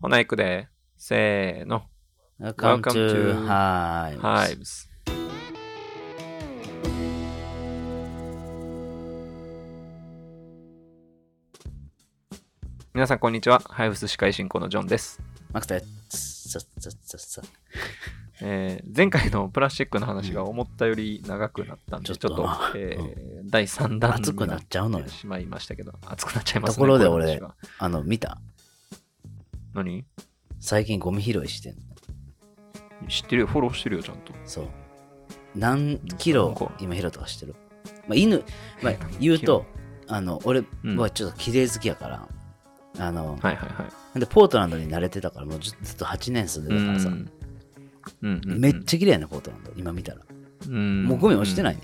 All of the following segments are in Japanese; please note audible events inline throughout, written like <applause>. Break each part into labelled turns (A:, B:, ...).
A: ほな、行くで。せーの。
B: Welcome to
A: to
B: Hives.
A: ハイブス。皆さん、こんにちは。ハイブス司会進行のジョンです。
B: マクタささささ
A: えー前回のプラスチックの話が思ったより長くなったんで、
B: うん
A: ちょっと
B: ちょっとな
A: えー第3弾
B: 熱くなっちゃうの
A: に
B: よ
A: なってしまいましたけど、熱くなっちゃいますね。
B: ところで
A: の話
B: 俺
A: が、
B: あの、見た
A: 何
B: 最近ゴミ拾いしてんの。
A: 知ってるよ、フォローしてるよ、ちゃんと。
B: そう。何キロ
A: なんか
B: 今拾うとかしてる。まあ、犬、まあ、言うと、あの、俺
A: うん
B: はちょっと綺麗好きやから、あの、
A: はいはいはい。
B: なんでポートランドに慣れてたから、もうずずっと8年住んでたからさ、
A: うんうんうんうん
B: めっちゃ綺麗やね、ポートランド。今見たら。
A: うん
B: もうゴミ落ちてないね。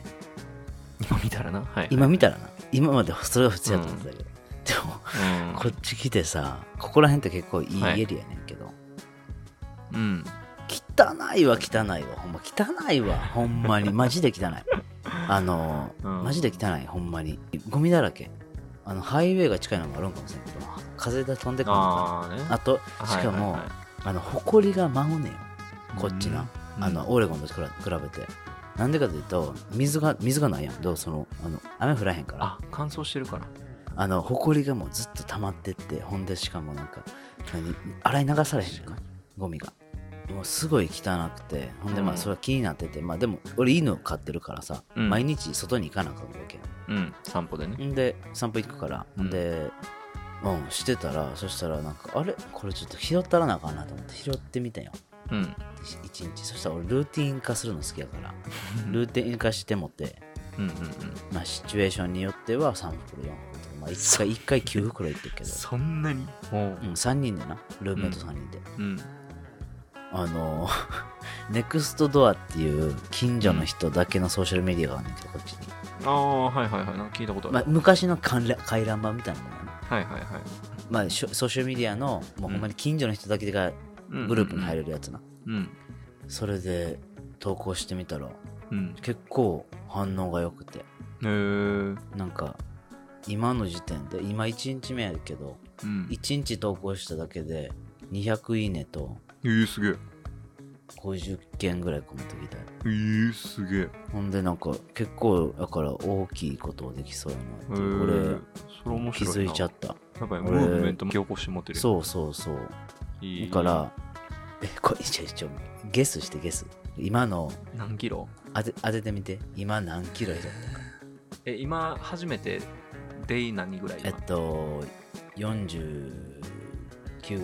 A: 今見たらな。はい、はい。
B: 今見たらな。今までそれが普通やと思ってたけど。でも、
A: うん
B: こっち来てさ、ここら辺って結構いい
A: はい
B: エリアやねんけど、
A: うん。
B: 汚いわ、汚いわ、ほんま、汚いわ、ほん
A: <laughs>
B: まに、マジで汚い。あのー、
A: うん
B: マジで汚い、ほんまに。ゴミだらけ。あの、ハイウェイが近いのもあるんかもしれんけど、風で飛んでくるのか
A: ああね。
B: な。あと、しかも、
A: はいはいは
B: あの、埃が舞うねんよ、こっちな。
A: うん
B: あの、オレゴンと比べ比べて。なんでかというと、水が、水がないやん。どうその、あの、雨降らへんから。
A: あ、乾燥してるから。
B: あの埃がもうずっと溜まってってほんでしかもなんか何洗い流されへんのかゴミがもうすごい汚くてほんで
A: う
B: まあ
A: ん
B: それは気になってて、まあでも俺犬を飼ってるからさ、
A: うん
B: 毎日外に行かなあかんわけ
A: うん。散歩でね。
B: んで散歩行くから、
A: うん
B: でうんしてたらそしたらなんかあれこれちょっと拾ったらなあかんなと思って拾ってみたよ
A: うん。
B: 一日そしたら俺ルーティン化するの好きやからルーティン化してもって
A: うんうんうん。
B: まあシチュエーションによっては3袋4袋とか、まあ、1回一回9袋いってるけど
A: そんなにも
B: うん、3人でなルームメイト3人で、
A: う。うん。
B: あの <laughs> ーネクストドアっていう近所の人だけのソーシャルメディアがあるんだけどこっちに、
A: ああ、はいはいはい。なんか聞いたこと
B: ま
A: あ
B: あ
A: る。、
B: 昔の観覧回覧板みたいなのがね、
A: はいはいはい。
B: まあ、しょソーシャルメディアのもうほんまに近所の人だけがグループに入
A: る。
B: れるやつな、
A: うん。
B: それで投稿してみたら
A: うん。
B: 結構反応が良くて
A: へー
B: なんか今の時点で今1日目やけど
A: うん。
B: 1日投稿しただけで200いいねと
A: えー、すげえ。
B: 50件ぐらいコメント来たよ
A: えー、すげえ。へ
B: ほんでなんか結構だから大きいことできそうやなっていう
A: ーそれ面
B: 俺気
A: 白いな。
B: づいちゃった
A: やっぱりム
B: 俺
A: ーブメントも起こして持ってる。
B: そうそうそう
A: う。い
B: だ
A: い
B: からえこれ一応一応ゲスしてゲス今の
A: 何キロ
B: 当て当ててみて今何キロいる
A: え、今、初めて、デイ何ぐらい
B: えっ
A: 今
B: と49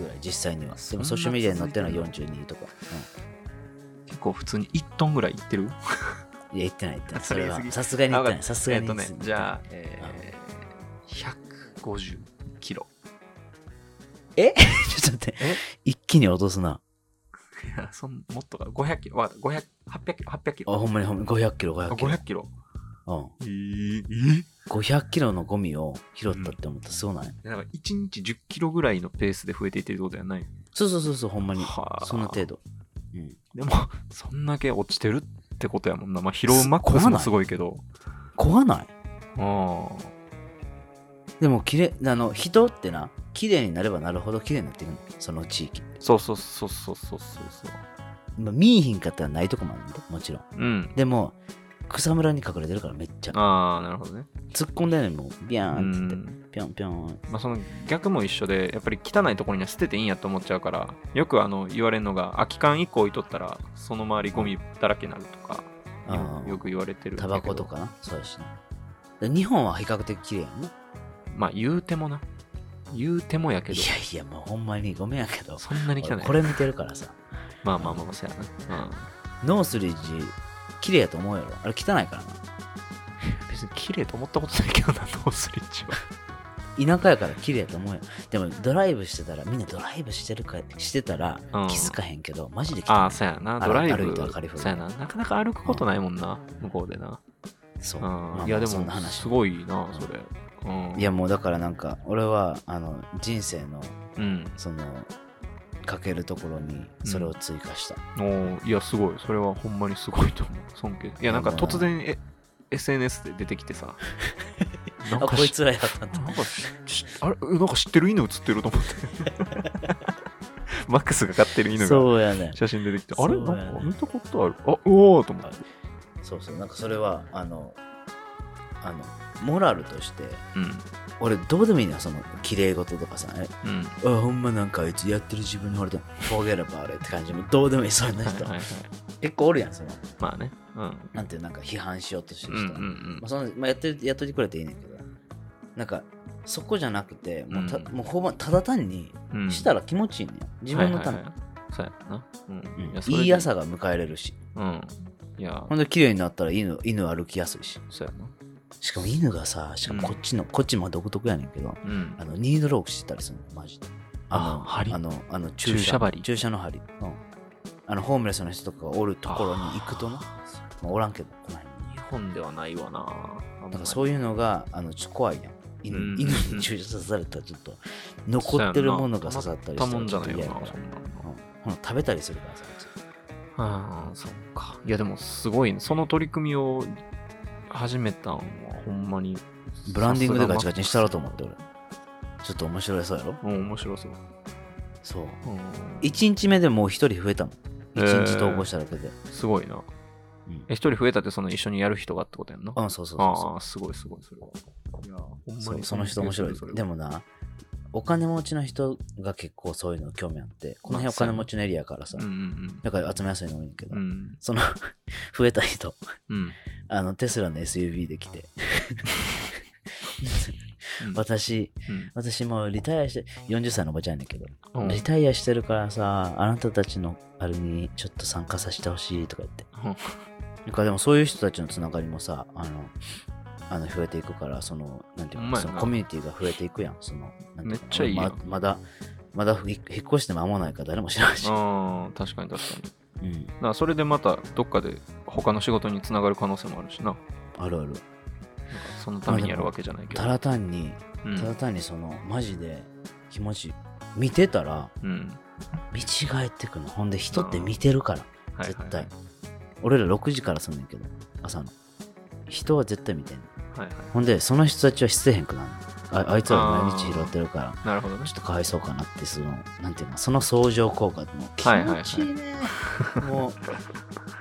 B: ぐらい実際には
A: そ
B: で
A: んな
B: もソーシャルメディアに載ってるのは42とか、
A: 結構普通に1トンぐらいいってる
B: うん、いや言ってない言ってな
A: <laughs>
B: い
A: そ
B: そ
A: れ
B: れ
A: 言い過ぎ
B: はさすがに言って
A: あ
B: ないさすがに言ってない
A: えっとね、じゃあ、えー、150キロ。
B: <laughs>
A: <laughs>
B: ちょっと待って
A: え
B: 一気に落とすない
A: やそんもっとか、500キロ、わかった、500、800キロ、800キ
B: あ
A: ロ。
B: ほんまにほんまに500キロ500キロ
A: 500キロ。
B: うん
A: えー、え
B: 500キロのゴミを拾ったって思ったらすごない、
A: ー、なんか1日10キロぐらいのペースで増えていってるってことじゃない。
B: そうそうそうそうほんまに
A: はあ
B: そんな程度、うん、
A: でも、 <laughs> そんだけ落ちてるってことやもんな。まあ、拾うマックスもすごいけど。
B: 焦がない
A: ああ。
B: でもきれあの人ってな綺麗になればなるほど綺麗になっていくのその地域、
A: そうそうそうそうそうそうそう。
B: まあ、見えひんかったらないとこもあるんだもちろん
A: うん。
B: でも草むらに隠れてるからめっちゃ
A: ああ、なるほどね。
B: 突っ込んでないもうビャ
A: う
B: ーンってって
A: ん。
B: ピョンピョン
A: まあ、その逆も一緒でやっぱり汚いところには捨てていいんやと思っちゃうからよくあの言われるのが空き缶1個置いとったらその周りゴミだらけになるとか
B: あー
A: よく言われてるんだ
B: タ
A: けど
B: バコとかなそうやしなで日本は比較的綺麗やんな
A: まあ言うてもな言うてもやけ
B: い
A: ど
B: やいやもうほんまにごめんやけど
A: そんなに汚い
B: 俺これ見てるからさ
A: まあまあまあそうやな、
B: ノースリージ綺麗やと思うやろあれ汚いからな
A: うん、別に綺麗と思ったことないけどなノースリッチは
B: 田舎やから綺麗やと思うよでもドライブしてたらみんなドライブしてるかしてたら
A: うん
B: 気づかへんけど、マジで
A: あ
B: 汚
A: あそうやな
B: 歩
A: ドライ
B: 歩
A: ブ
B: いてわかるよ
A: そうやななかなか歩くことないもんな、向こうでな、
B: いそう、
A: うん
B: まあまあ
A: いやで
B: そんな
A: も
B: 話
A: すごいなそれ、うん、
B: いやもうだからなんか俺はあの人生の
A: うん
B: そのかけるところにそれを追加した、
A: おーいやすごいそれはほんまにすごいと思う尊敬いやなんか突然え SNS で出てきて <laughs> さなん
B: あ
A: か
B: こいつらやったん
A: <laughs>
B: だ
A: なんかしあれなんか知ってる犬映ってると思ってマックスが飼ってる犬が
B: そうやねん
A: 写真出てきて、
B: そう
A: あれ
B: や
A: な
B: ね
A: んか見たことあるあ、うおーと思って。
B: そうそうなんかそれはあのあのモラルとして
A: うん。
B: 俺どうでもいいなその綺麗事とかさえ
A: うん。
B: あほんまなんかあいつやってる自分に惚れてフォーゲルバーレって感じもうどうでもいいそんな
A: はい <laughs>
B: 人
A: はいはい。
B: 結構おるやんその
A: まあね。うん。
B: なんていうなんか批判しようとして
A: うんう
B: る人、
A: ん
B: まあそのまあ、やってるやっといてくれていいねんけどなんかそこじゃなくてもうた、
A: うん
B: もうほんまただ単に
A: うん。うん
B: したら気持ちいいねん自分のため、
A: はいはいはいそうやな。う
B: うん
A: ん。
B: い
A: やそれで
B: い朝が迎えれるし
A: うん。いや
B: ほ、んで綺麗になったら犬犬歩きやすいし
A: そうやな。
B: しかも犬がさしかもこっちの、こっちも独特やねんけど
A: うん。
B: あのニードロークしてたりするのマジであの
A: あ針
B: あのあの
A: 注射針
B: 注射の針、うん、あのホームレスの人とかがおるところに行くとな、まあ、おらんけどこの辺に
A: 日本ではないわな。あん
B: な
A: ま
B: ん
A: り
B: かそういうのがあのちょっと怖いやん犬,、
A: うん
B: 犬に注射刺されたらちょっと残ってるものが刺さったり
A: た
B: した
A: も
B: ら
A: ん
B: ち
A: じ
B: ょ
A: ゃな
B: っと
A: いよな
B: 嫌やから、
A: そんなの
B: うん、ほな食べたりするからさこっち
A: ああ、そっか。いや、でもすごいね。その取り組みを始めたんは、ほんまに。
B: ブランディングでガチガ
A: さ
B: チにしたろうと思って俺ちょっと面白いそうやろ
A: すがマックス。うん、面白そう。
B: そう
A: うん
B: 1日目でもう1人増えたの
A: へ
B: 1
A: ー
B: 日投稿しただけで、
A: すごいな。
B: うん
A: え、一人増えたって、その一緒にやる人がってことやんな。
B: うん、そうそうそうそう
A: ああ、すごいすごい、それは。いや、ほんまに
B: そうその人面白い
A: それは
B: でもなお金持ちの人が結構そういうの興味あってこの辺お金持ちのエリアやからさ、
A: うんうん
B: だから集めやすいの多いんだけど、
A: うん。うん。
B: その増えた人
A: うん。
B: あのテスラの SUV で来て私
A: うん
B: 私もうリタイアして40歳のおばちゃんやねんけど、
A: うん
B: リタイアしてるからさあなたたちのあれにちょっと参加させてほしいとか言ってなんかでもそういう人たちのつながりもさあのあの増えていくからそのなんていう
A: ほんま
B: か
A: や
B: そ
A: な
B: のコミュニティが増えていくやんそのなんて
A: め
B: いうか
A: っちゃいいやん
B: ままだまだ引っ引っ越して間もないから誰も知らんし、
A: ああ、確かに確かに。だ
B: うん、
A: からそれでまたどっかで他の仕事につながる可能性もあるしな。なんか
B: あるある
A: そのためにやるわけじゃないけど
B: た。だ単に
A: う
B: ただ
A: ん。
B: 単にそのマジで気持ちいい見てたら
A: うん
B: 見違えてくのほんで人って見てるから
A: はいはい
B: 絶対俺ら6時からすんねんけど朝の人は絶対見てんの
A: はいはい。
B: ほんでその人たちは失礼へんくなるああいつら毎日拾ってるから
A: なるほどね
B: ちょ。っとかわいそうかなってそのなんていうのその相乗効果の気
A: はいはいは
B: 持
A: い
B: ちいいね、も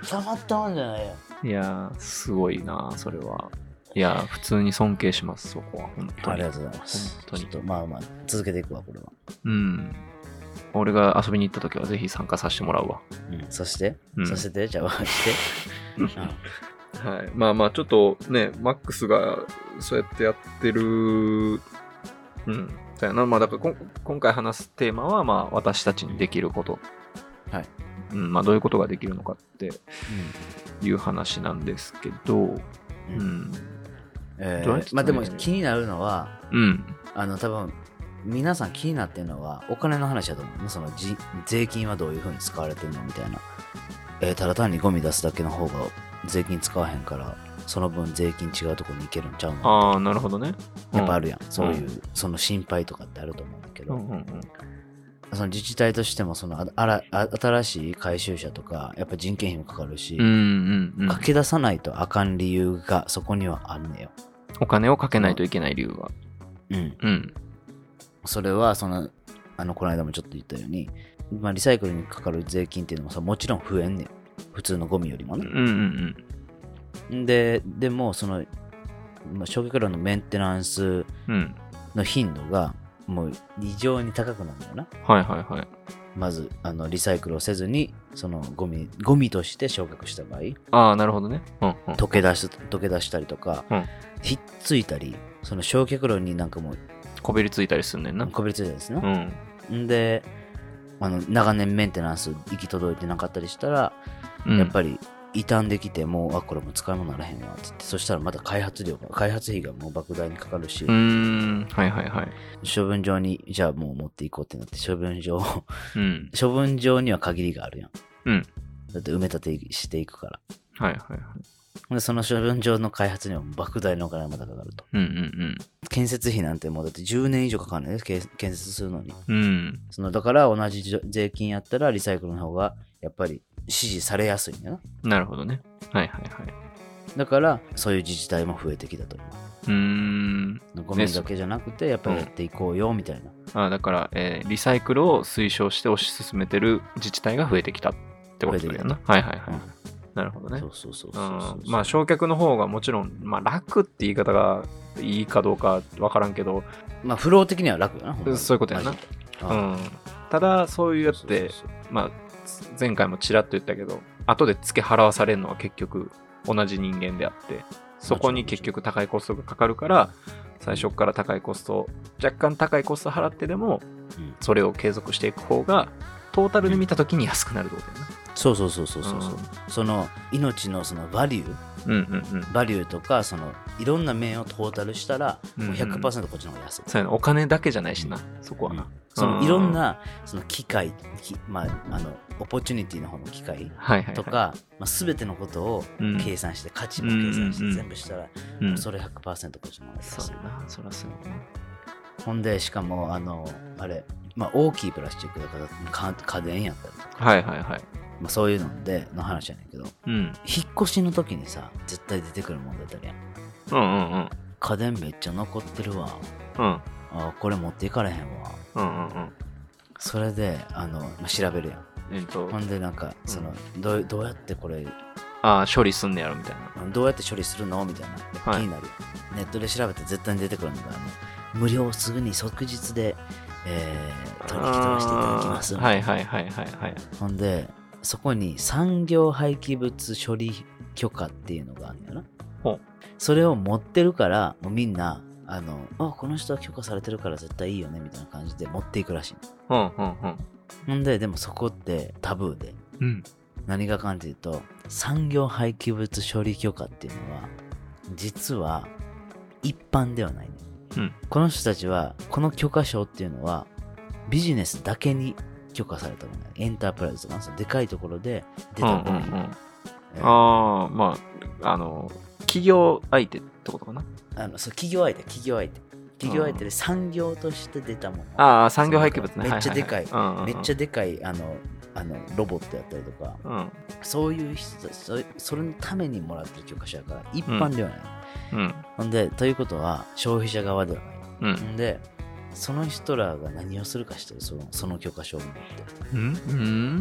B: うたまったもんじゃないよ
A: いやー、すごいな、それは。いやー、普通に尊敬します、そこは。本当
B: あり
A: に
B: が。とうございます
A: 本当に
B: ちょっとまあまあ続けていくわこれは、
A: うん。俺が遊びに行った時はぜひ参加させてもらうわ。
B: うん、そして、
A: うん
B: そしてでじゃあ <laughs> 分か
A: <laughs>
B: して、うん
A: はい、まあまあちょっとねマックスがそうやってやってるうんそうやなまあだからこん今回話すテーマはまあ私たちにできること
B: はい、
A: うんまあ、どういうことができるのかっていう話なんですけどう
B: うん
A: ん
B: え
A: どうやって
B: ーまあでも気になるのは
A: うん
B: あの多分皆さん気になってるのはお金の話だと思うねそのじ税金はどういうふうに使われてるのみたいな、えーただ単にゴミ出すだけの方が税金使わへんからその分税金違うところに行けるんちゃうの
A: ああなるほどね
B: やっぱあ
A: る
B: るやん、そういう、その心配とかってあると思うんだけ
A: う
B: ど、
A: んうん
B: その自治体としてもそのああらあ新しい回収者とかやっぱ人件費もかかるし、
A: うんうんうんうん
B: 駆け出さないとあかん理由がそこにはあんねよ、
A: お金をかけないといけない理由が
B: うん、
A: うん
B: それはそのあのこの間もちょっと言ったように、まあ、リサイクルにかかる税金っていうのもさもちろん増えんねん普通のゴミよりも
A: うんう
B: ね、
A: ん
B: ででもその、まあ、焼却炉のメンテナンス
A: うんうん
B: の頻度がもう異常に高くなるんだよな
A: はいはいはい
B: まずあのリサイクルをせずにそのゴミゴミとして焼却した場合
A: ああなるほどねうんうん
B: 溶け出し溶け出したりとか、
A: うん
B: ひっついたりその焼却炉になんかもう
A: こべりついたりすんねんな
B: こびりついたりです
A: う
B: ね、
A: ん
B: ん、であの長年メンテナンス行き届いてなかったりしたら、
A: うん
B: やっぱり傷んできてもうあこれもう使い物ならへんわっつってそしたらまた開発量が開発費がもう莫大にかかるし、
A: うーん、はいはいはい。
B: 処分場にじゃあもう持っていこうってなって処分場を <laughs>
A: うん。
B: 処分場には限りがあるやん
A: うん。
B: だって埋め立てしていくから
A: はいはいはい。
B: でその処分場の開発には莫大なお金がまたかかると
A: うんうん
B: 建設費なんてもうだって10年以上かかるんね建建設するのに
A: うん。うん。
B: そのだから同じじょ税金やったらリサイクルの方がやっぱり支持されやすいんだよな
A: なるほどね。はいはいはい。
B: だからそういう自治体も増えてきたと思う
A: うーん。
B: ゴミだけじゃなくて、やっぱりやっていこうよみたいな。
A: あだから、えーリサイクルを推奨して推し進めてる自治体が増えてきたってことだよな。はいはいはい。なるほどね
B: そ。うそうそう
A: う
B: そうそ
A: ん
B: う。
A: まあ、焼却の方がもちろん、まあ、楽って言い方がいいかどうかわからんけど、
B: まあ、フロー的には楽よな、ほんまに
A: そういうことやな
B: マジで
A: う
B: あ
A: ん、ただそういうや
B: あ
A: っ
B: そう
A: て
B: そう
A: まあつ前回もちらっと言ったけど後で付け払わされるのは結局同じ人間であってそこに結局高いコストがかかるから最初から高いコスト若干高いコスト払ってでも
B: そううん
A: それを継続していく方がトータルで見た時に安くなるってことだよね
B: そうそうそうそうそうそうその命のそのバリュー
A: うんうんうん
B: バリューとかそのいろんな面をトータルしたらもう
A: うんうん
B: 100%こっちの方が安い、
A: そうやなお金だけじゃないしなそこはな
B: そのいろんなその機会、きまあ、あのオポチュニティの方の機会
A: はいはいはい
B: とか、まあ、全てのことを
A: うん
B: 計算して、価値も計算し
A: うんうんうん
B: て全部したら、
A: うん
B: それ100%こっちの方が
A: そう
B: 安い
A: やなそらそうやな
B: ほんでしかもあのあれ、まあ、大きいプラスチックだからか家電やったりとか、
A: はいはいはい
B: まあ、そういうのでの話やねんけど
A: うん
B: 引っ越しの時にさ絶対出てくるもんだったりやん
A: うんうんうん
B: 家電めっちゃ残ってるわ
A: うん
B: あこれ持っていかれへんわ
A: うんうんうん
B: それであの、まあ、調べるやん
A: えっと
B: ほんでなんかその、どうどうやってこれ
A: ああ処理すんねやろみたいな
B: どうやって処理するのみたいな
A: はい
B: 気になるよ、ネットで調べて絶対に出てくるのがあの無料すぐに即日で、えー、取引取らせていただきます、
A: あーはいはいはいはいはい
B: ほんでそこに産業廃棄物処理許可っていうのがあるんだよな
A: ほう
B: それを持ってるからもうみんなあのあこの人は許可されてるから絶対いいよねみたいな感じで持っていくらしい
A: うんうん
B: ほんででもそこってタブーで
A: うんうん
B: 何がかんっていうと産業廃棄物処理許可っていうのは実は一般ではないね、
A: うん
B: この人たちはこの許可証っていうのはビジネスだけに許可されたものだエンタープライズとかそのでかいところで出
A: うんうん
B: たゴミ、
A: うん
B: えー
A: ああまああの企業相手ってことかな
B: あのそう企業相手企業相手企業相手で産業として出たもの、
A: ああ産業廃棄物ね
B: めっちゃでかいめっちゃ
A: ゃ
B: でかいあのあのロボットやったりとか
A: うん
B: そういう人たちそれそれのためにもらってる許可証だから一般ではない、
A: うん
B: ほんで、ということは消費者側ではない。
A: う
B: ほ
A: ん
B: んで、その人らが何をするかしてる、そのその許可証を持って。
A: うん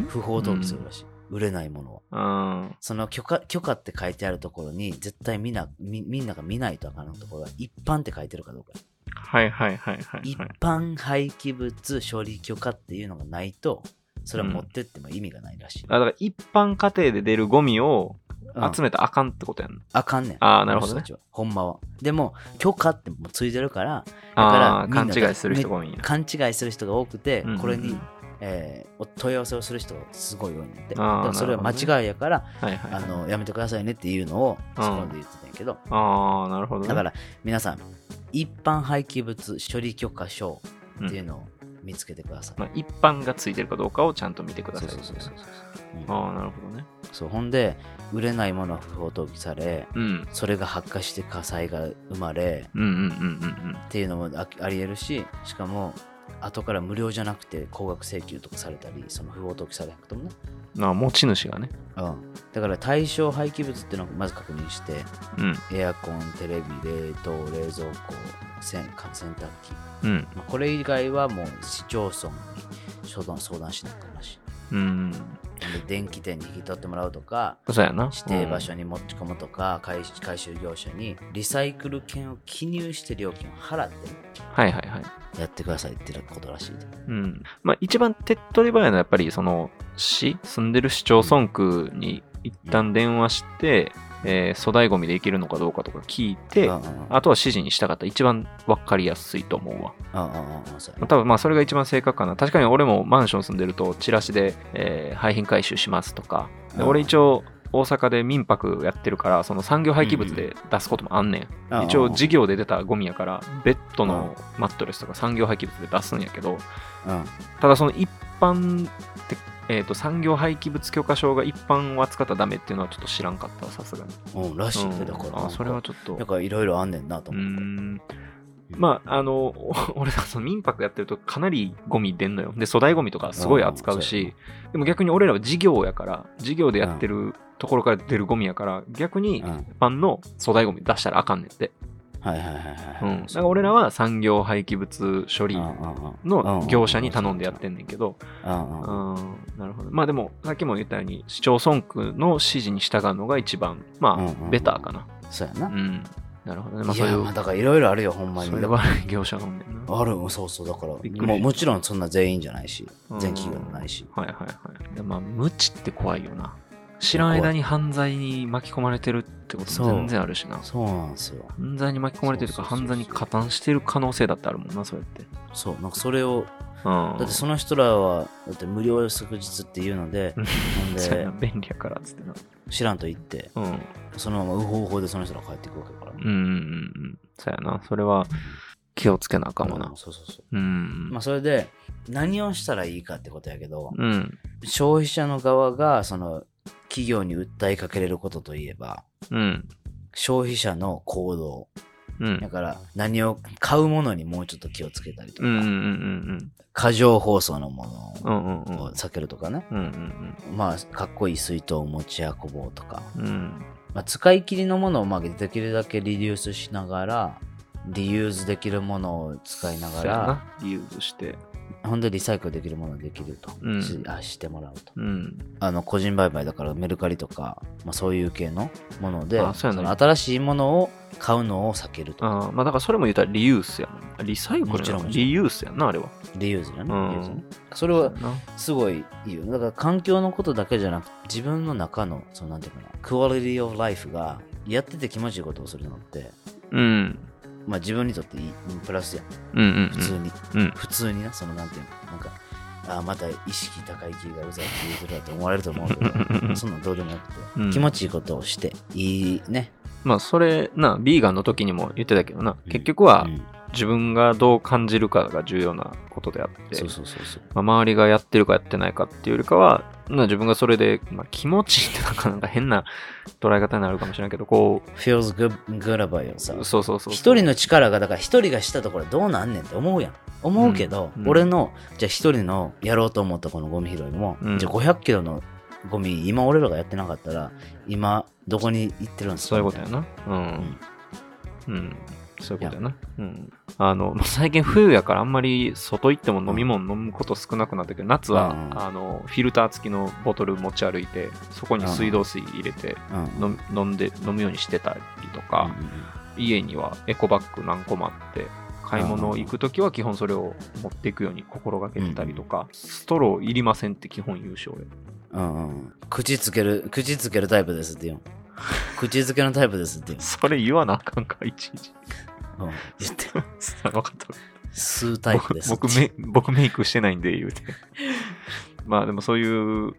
A: うん
B: 不法投棄するらしい。売れないものは。
A: うん
B: その許可許可って書いてあるところに、絶対みんなみみんなが見ないとあかんところは、一般って書いてるかどうか。
A: はいはいはいはい
B: 一
A: はい
B: 般廃棄物処理許可っていうのがないと、それは持ってっても意味がないらしい。
A: あだから一般家庭で出るゴミを
B: うん
A: 集めたらあかんってことやん
B: あかんねん。
A: あーなるほどね
B: この人たちはほんまは。でも、許可ってもうついてるから、から
A: ああー勘違いする人が多いんや
B: 勘違いする人が多くて、
A: うん
B: これにえーお問い合わせをする人がすごい多いんで、だ
A: あー
B: からそれは
A: なるほど
B: 間違いやから、
A: はいはいは
B: あ
A: い
B: のやめてくださいねっていうのを
A: うん
B: そこで言ってたんやけど、
A: ああなるほどね
B: だから皆さん、一般廃棄物処理許可証っていうのを見つけてください。
A: まあ一般がついてるかどうかをちゃんと見てくださ
B: そ
A: いう
B: そうそうそうそううん
A: ああなるほどね
B: そうほんで、売れないものは不法投棄され、
A: うん
B: それが発火して火災が生まれ
A: うんうんうんうん
B: っていうのもあありえるし、しかも、後から無料じゃなくて高額請求とかされたり、その不法投棄されなくてもね、
A: うんまあ持ち主がね
B: うん、だから対象廃棄物っていうのをまず確認して
A: うん
B: エアコンテレビ冷凍冷蔵庫洗洗濯機、
A: うん
B: まあ、これ以外はもう市町村に相談相談しなくてもらし
A: うん
B: いで電気店に引き取ってもらうとか
A: そうやな
B: 指定場所に持ち込むとか回回収業者にリサイクル券を記入して料金を払って
A: うんはいはいはい
B: やってくださいっていうことらしいで
A: うんまあ一番手っ取り早いのはやっぱりその市住んでる市町村区に一旦電話して、えー粗大ゴミでいけるのかどうかとか聞いて、
B: うんうんうん
A: あとは指示に従ったら一番分かりやすいと思うわ。
B: うんうんうんうんそうや
A: まあ
B: な
A: 多分まあそれが一番正確かな。確かに俺もマンション住んでるとチラシで、えー廃品回収しますとか。で
B: うん
A: 俺一応大阪で民泊やってるから、その産業廃棄物で出すこともあんねん。
B: うんうん
A: 一応事業で出たゴミやから、ベッドのマットレスとか産業廃棄物で出すんやけど、
B: うん
A: ただその一般って、えーと産業廃棄物許可証が一般を扱ったらダメっていうのはちょっと知らんかったわさすがに。
B: うんらしいねだから
A: うん、あそれはちょっと。
B: なんかいろいろあんねんなと
A: う
B: 思って
A: んまあ、あの、 <laughs> お俺さ、その民泊やってるとかなりゴミ出んのよ。で、粗大ゴミとかすごい扱う
B: うんそう
A: し、でも逆に俺らは事業やから、事業でやってるところから出るゴミやから、逆に
B: うん
A: 一般の粗大ゴミ出したらあかんねんって。
B: はいはいはい
A: うん。
B: はい。
A: なんか俺らは産業廃棄物処理の業者に頼んでやって
B: ん
A: んねんけど、
B: うんうん
A: うん、なるほど。まあでも、さっきも言ったように、市町村区の指示に従うのが一番、まあ、
B: うんうんうん
A: ベターかな。
B: そうや
A: う
B: な。
A: ん。なるほどね。まあ、
B: い
A: そうい
B: や、
A: う
B: まあ、だからいろいろあるよ、ほんまに。
A: そういう
B: だか
A: 悪い業者がおんねんな。
B: らあるよそうそう、だから
A: びっくりした
B: もう、もちろんそんな全員じゃないし
A: う、ん
B: 全企業もないし。
A: はいはいはい。でまあ、無知って怖いよな。知らん間に犯罪に巻き込まれてるってこと
B: そう
A: も全然あるしな。
B: そうなんですよ。
A: 犯罪に巻き込まれてるか、
B: そうそ
A: 犯
B: うそうそう
A: 罪に加担してる可能性だってあるもんな、そうやって。
B: そう、なんかそれを、
A: うん。
B: だってその人らは、だって無料即日っていうので、
A: うん
B: ほん
A: そうや
B: で
A: な、便利やからっつってな。
B: 知らんと言って、
A: うん。うん
B: そのままウホウホでその人ら帰っていくわけだから。
A: うんうん。そうやな。それは気をつけなあかんわな
B: うん。そうそうそ
A: う
B: う。
A: ん。
B: まあ、それで、何をしたらいいかってことやけど、
A: うん。
B: 消費者の側が、その、企業に訴えかけれることといえば、
A: うん。
B: 消費者の行動。
A: うん。うん
B: だから、何を買うものにもうちょっと気をつけたりと
A: う
B: か、
A: んうん
B: 過剰包装のも
A: うんうん。うんうんう
B: の
A: ん
B: を避けるとかね。
A: うんうん
B: まあ、かっこいい水筒を持ち運ぼうとか、
A: うんうん。
B: まあ、使い切りのものをまあできるだけリデュースしながら、リユーズできるものを使いなが
A: そうや
B: ら、
A: な。リユーズして。
B: ほんでリサイクルできるものができると、
A: うん
B: しあしてもらうと。
A: うん。
B: あの個人売買だからメルカリとか、まあ、そういう系のもので、
A: あそうやね
B: その新しいものを買うのを避けると。
A: ああ、まあだからそれも言ったらリユースやもん。リサイクルやな
B: もちろんもちろん
A: リユースやんな、あれは。
B: リユーズだね,リ
A: うん
B: ユーズね、それ
A: そ
B: は
A: うやな
B: すごいいいよ。だから環境のことだけじゃなくて、自分の中の、そのなんていうかな、クオリティオブライフが、やってて気持ちいいことをするのって、
A: うん。
B: まあ自分にとっていい、プラスやん。
A: うんうんうん。
B: 普通に、
A: うん。
B: 普通にな、そのなんていうの、なんか、あーまた意識高い気がうざいって言うてるわって思われると思うけ
A: うんうん
B: ど、そんなんどうでもよくて、
A: うん
B: 気持ちいいことをして、いいね。
A: <laughs> まあそれな、ビーガンの時にも言ってたけどな、
B: うん
A: 結局は
B: うん
A: 自分がどう感じるかが重要なことであって、
B: そうそうそうそう。
A: まあ、周りがやってるかやってないかっていうよりかは、な自分がそれで、まあ、気持ちいいってなんかなんか変な捉え方になるかもしれないけど、こう、
B: feels good, good about yourself
A: そうそうそう。
B: 一人の力がだから一人がしたところどうなんねんって思うやん思うけど、
A: うんうん
B: 俺のじゃあ一人のやろうと思ったこのゴミ拾いも、
A: うん
B: じゃあ500キロのゴミ今俺らがやってなかったら今どこに行ってるんです
A: そ
B: か
A: ういうことや
B: み
A: な。う
B: たい
A: ん。
B: な
A: うん。そういうことやな。うん。あの、もう最近冬やからあんまり外行っても飲み物飲むこと少なくなったけど、夏は、
B: うん
A: あの、フィルター付きのボトル持ち歩いて、そこに水道水入れて、
B: うんうん
A: 飲み飲んで、飲むようにしてたりと
B: うん
A: か、家にはエコバッグ何個もあって、買い物行くときは基本それを持っていくように心がけてたりとか、ストローいりませんって基本優勝
B: うんうんうん口つける口つけるタイプですって言うん口づけのタイプですって
A: それ言わなあかんか、いちいち。 <laughs>
B: 言うん、うん、言って
A: 分かった。
B: 吸うタイプです
A: 僕僕メ僕メイクしてないんで言うて <laughs> まあでもそういう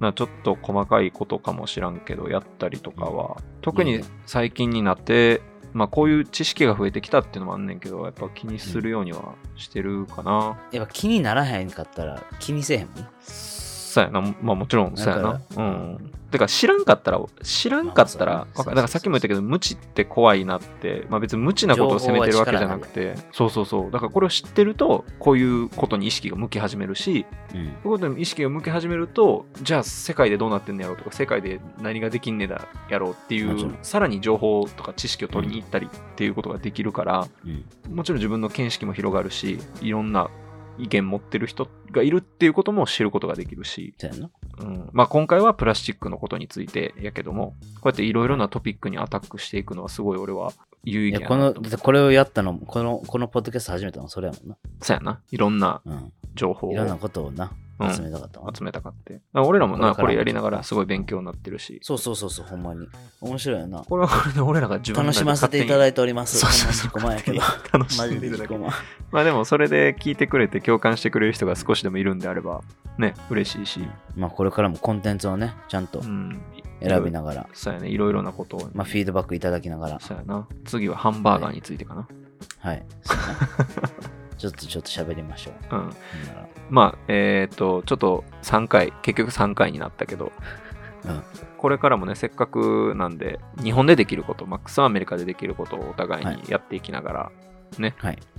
A: なちょっと細かいことかもしらんけどやったりとかは特
B: うん
A: に最近になって、まあ、こういう知識が増えてきたっていうのもあんねんけどやっぱ気にするようにはしてるかな、
B: やっぱ気にならへんかったら気にせえへんもんね
A: そうやなまあもちろんそうやな
B: だか
A: う
B: ら
A: んてか知らんかったら知らんかったら、
B: まあまあそう
A: わかだからさっきも言ったけど無知って怖いなって、まあ、別に無知なことを責めてるわけじゃなくてそうそうそうだからこれを知ってるとこういうことに意識が向き始めるし
B: う
A: そう
B: ん
A: いうことに意識を向け始めると、じゃあ世界でどうなってんのやろうとか、世界で何ができんねだやろうってい
B: もちろ、
A: うんさらに情報とか知識を取りに行ったりっていうことができるから、
B: うん
A: もちろん自分の見識も広がるし、いろんな意見持ってる人がいるっていうことも知ることができるし、
B: そうやな
A: うんまあ、今回はプラスチックのことについてやけども、こうやっていろいろなトピックにアタックしていくのはすごい俺は有意
B: い
A: 義
B: や
A: や
B: こ
A: な
B: の
A: と
B: だってこれをやったのもこのこのポッドキャスト始めたのそれやもんな、
A: そうやな。いろんな
B: うん
A: 情報を
B: いろんなことをな
A: うん
B: 集めたかったもん、
A: 集めたかって。だから俺らもな、
B: これから
A: こ
B: も
A: れやりながらすごい勉強になってるし、
B: そうそうそうそうほんまに面白いよな
A: これはこれで俺らが自分
B: 楽しませていただ
A: いて
B: いております
A: そうそうそう
B: ほんまに自己満やけ
A: 楽
B: ど
A: し
B: マジ
A: んで
B: で
A: いた
B: 自
A: だ
B: 己
A: く
B: 満
A: まあでもそれで聞いてくれて共感してくれる人が少しでもいるんであればね嬉しいし、
B: まあこれからもコンテンツをねちゃんと
A: うん、
B: 選びながら、
A: そうやねいろいろなことを、
B: まあ、フィードバックいただきながら
A: そうやな次はハンバーガーについてかな、 <laughs>
B: はいそうやなちょっとちょっと喋りましょう
A: うん
B: ほんなら
A: まあえっ、とちょっと3回結局3回になったけど
B: うん
A: これからもねせっかくなんで日本でできることマックスはアメリカでできることをお互い
B: はい
A: にやっていきながら、
B: はいや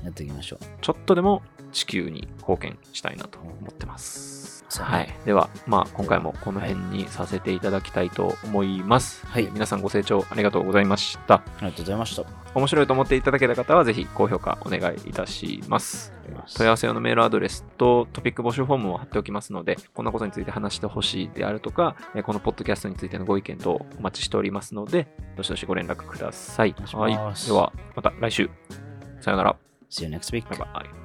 B: っていきましょう
A: ちょっとでも地球に貢献したいなと思ってます
B: そうね
A: はい。では、まあ、今回もこの辺にさせていただきたいと思います。
B: はい
A: えー皆さんご清聴ありがとうございました。
B: ありがとうございました。あ
A: 面白いと思っていただけた方は、ぜひ高評価お願いいたします。
B: りがとうございます
A: 問い合わせ用のメールアドレスとトピック募集フォームを貼っておきますので、こんなことについて話してほしいであるとか、えーこのポッドキャストについてのご意見等お待ちしておりますので、どしどしご連絡ください。
B: お願いし
A: はい。
B: ます
A: では、また来週。さよなら。
B: See you next week.
A: バイバイ。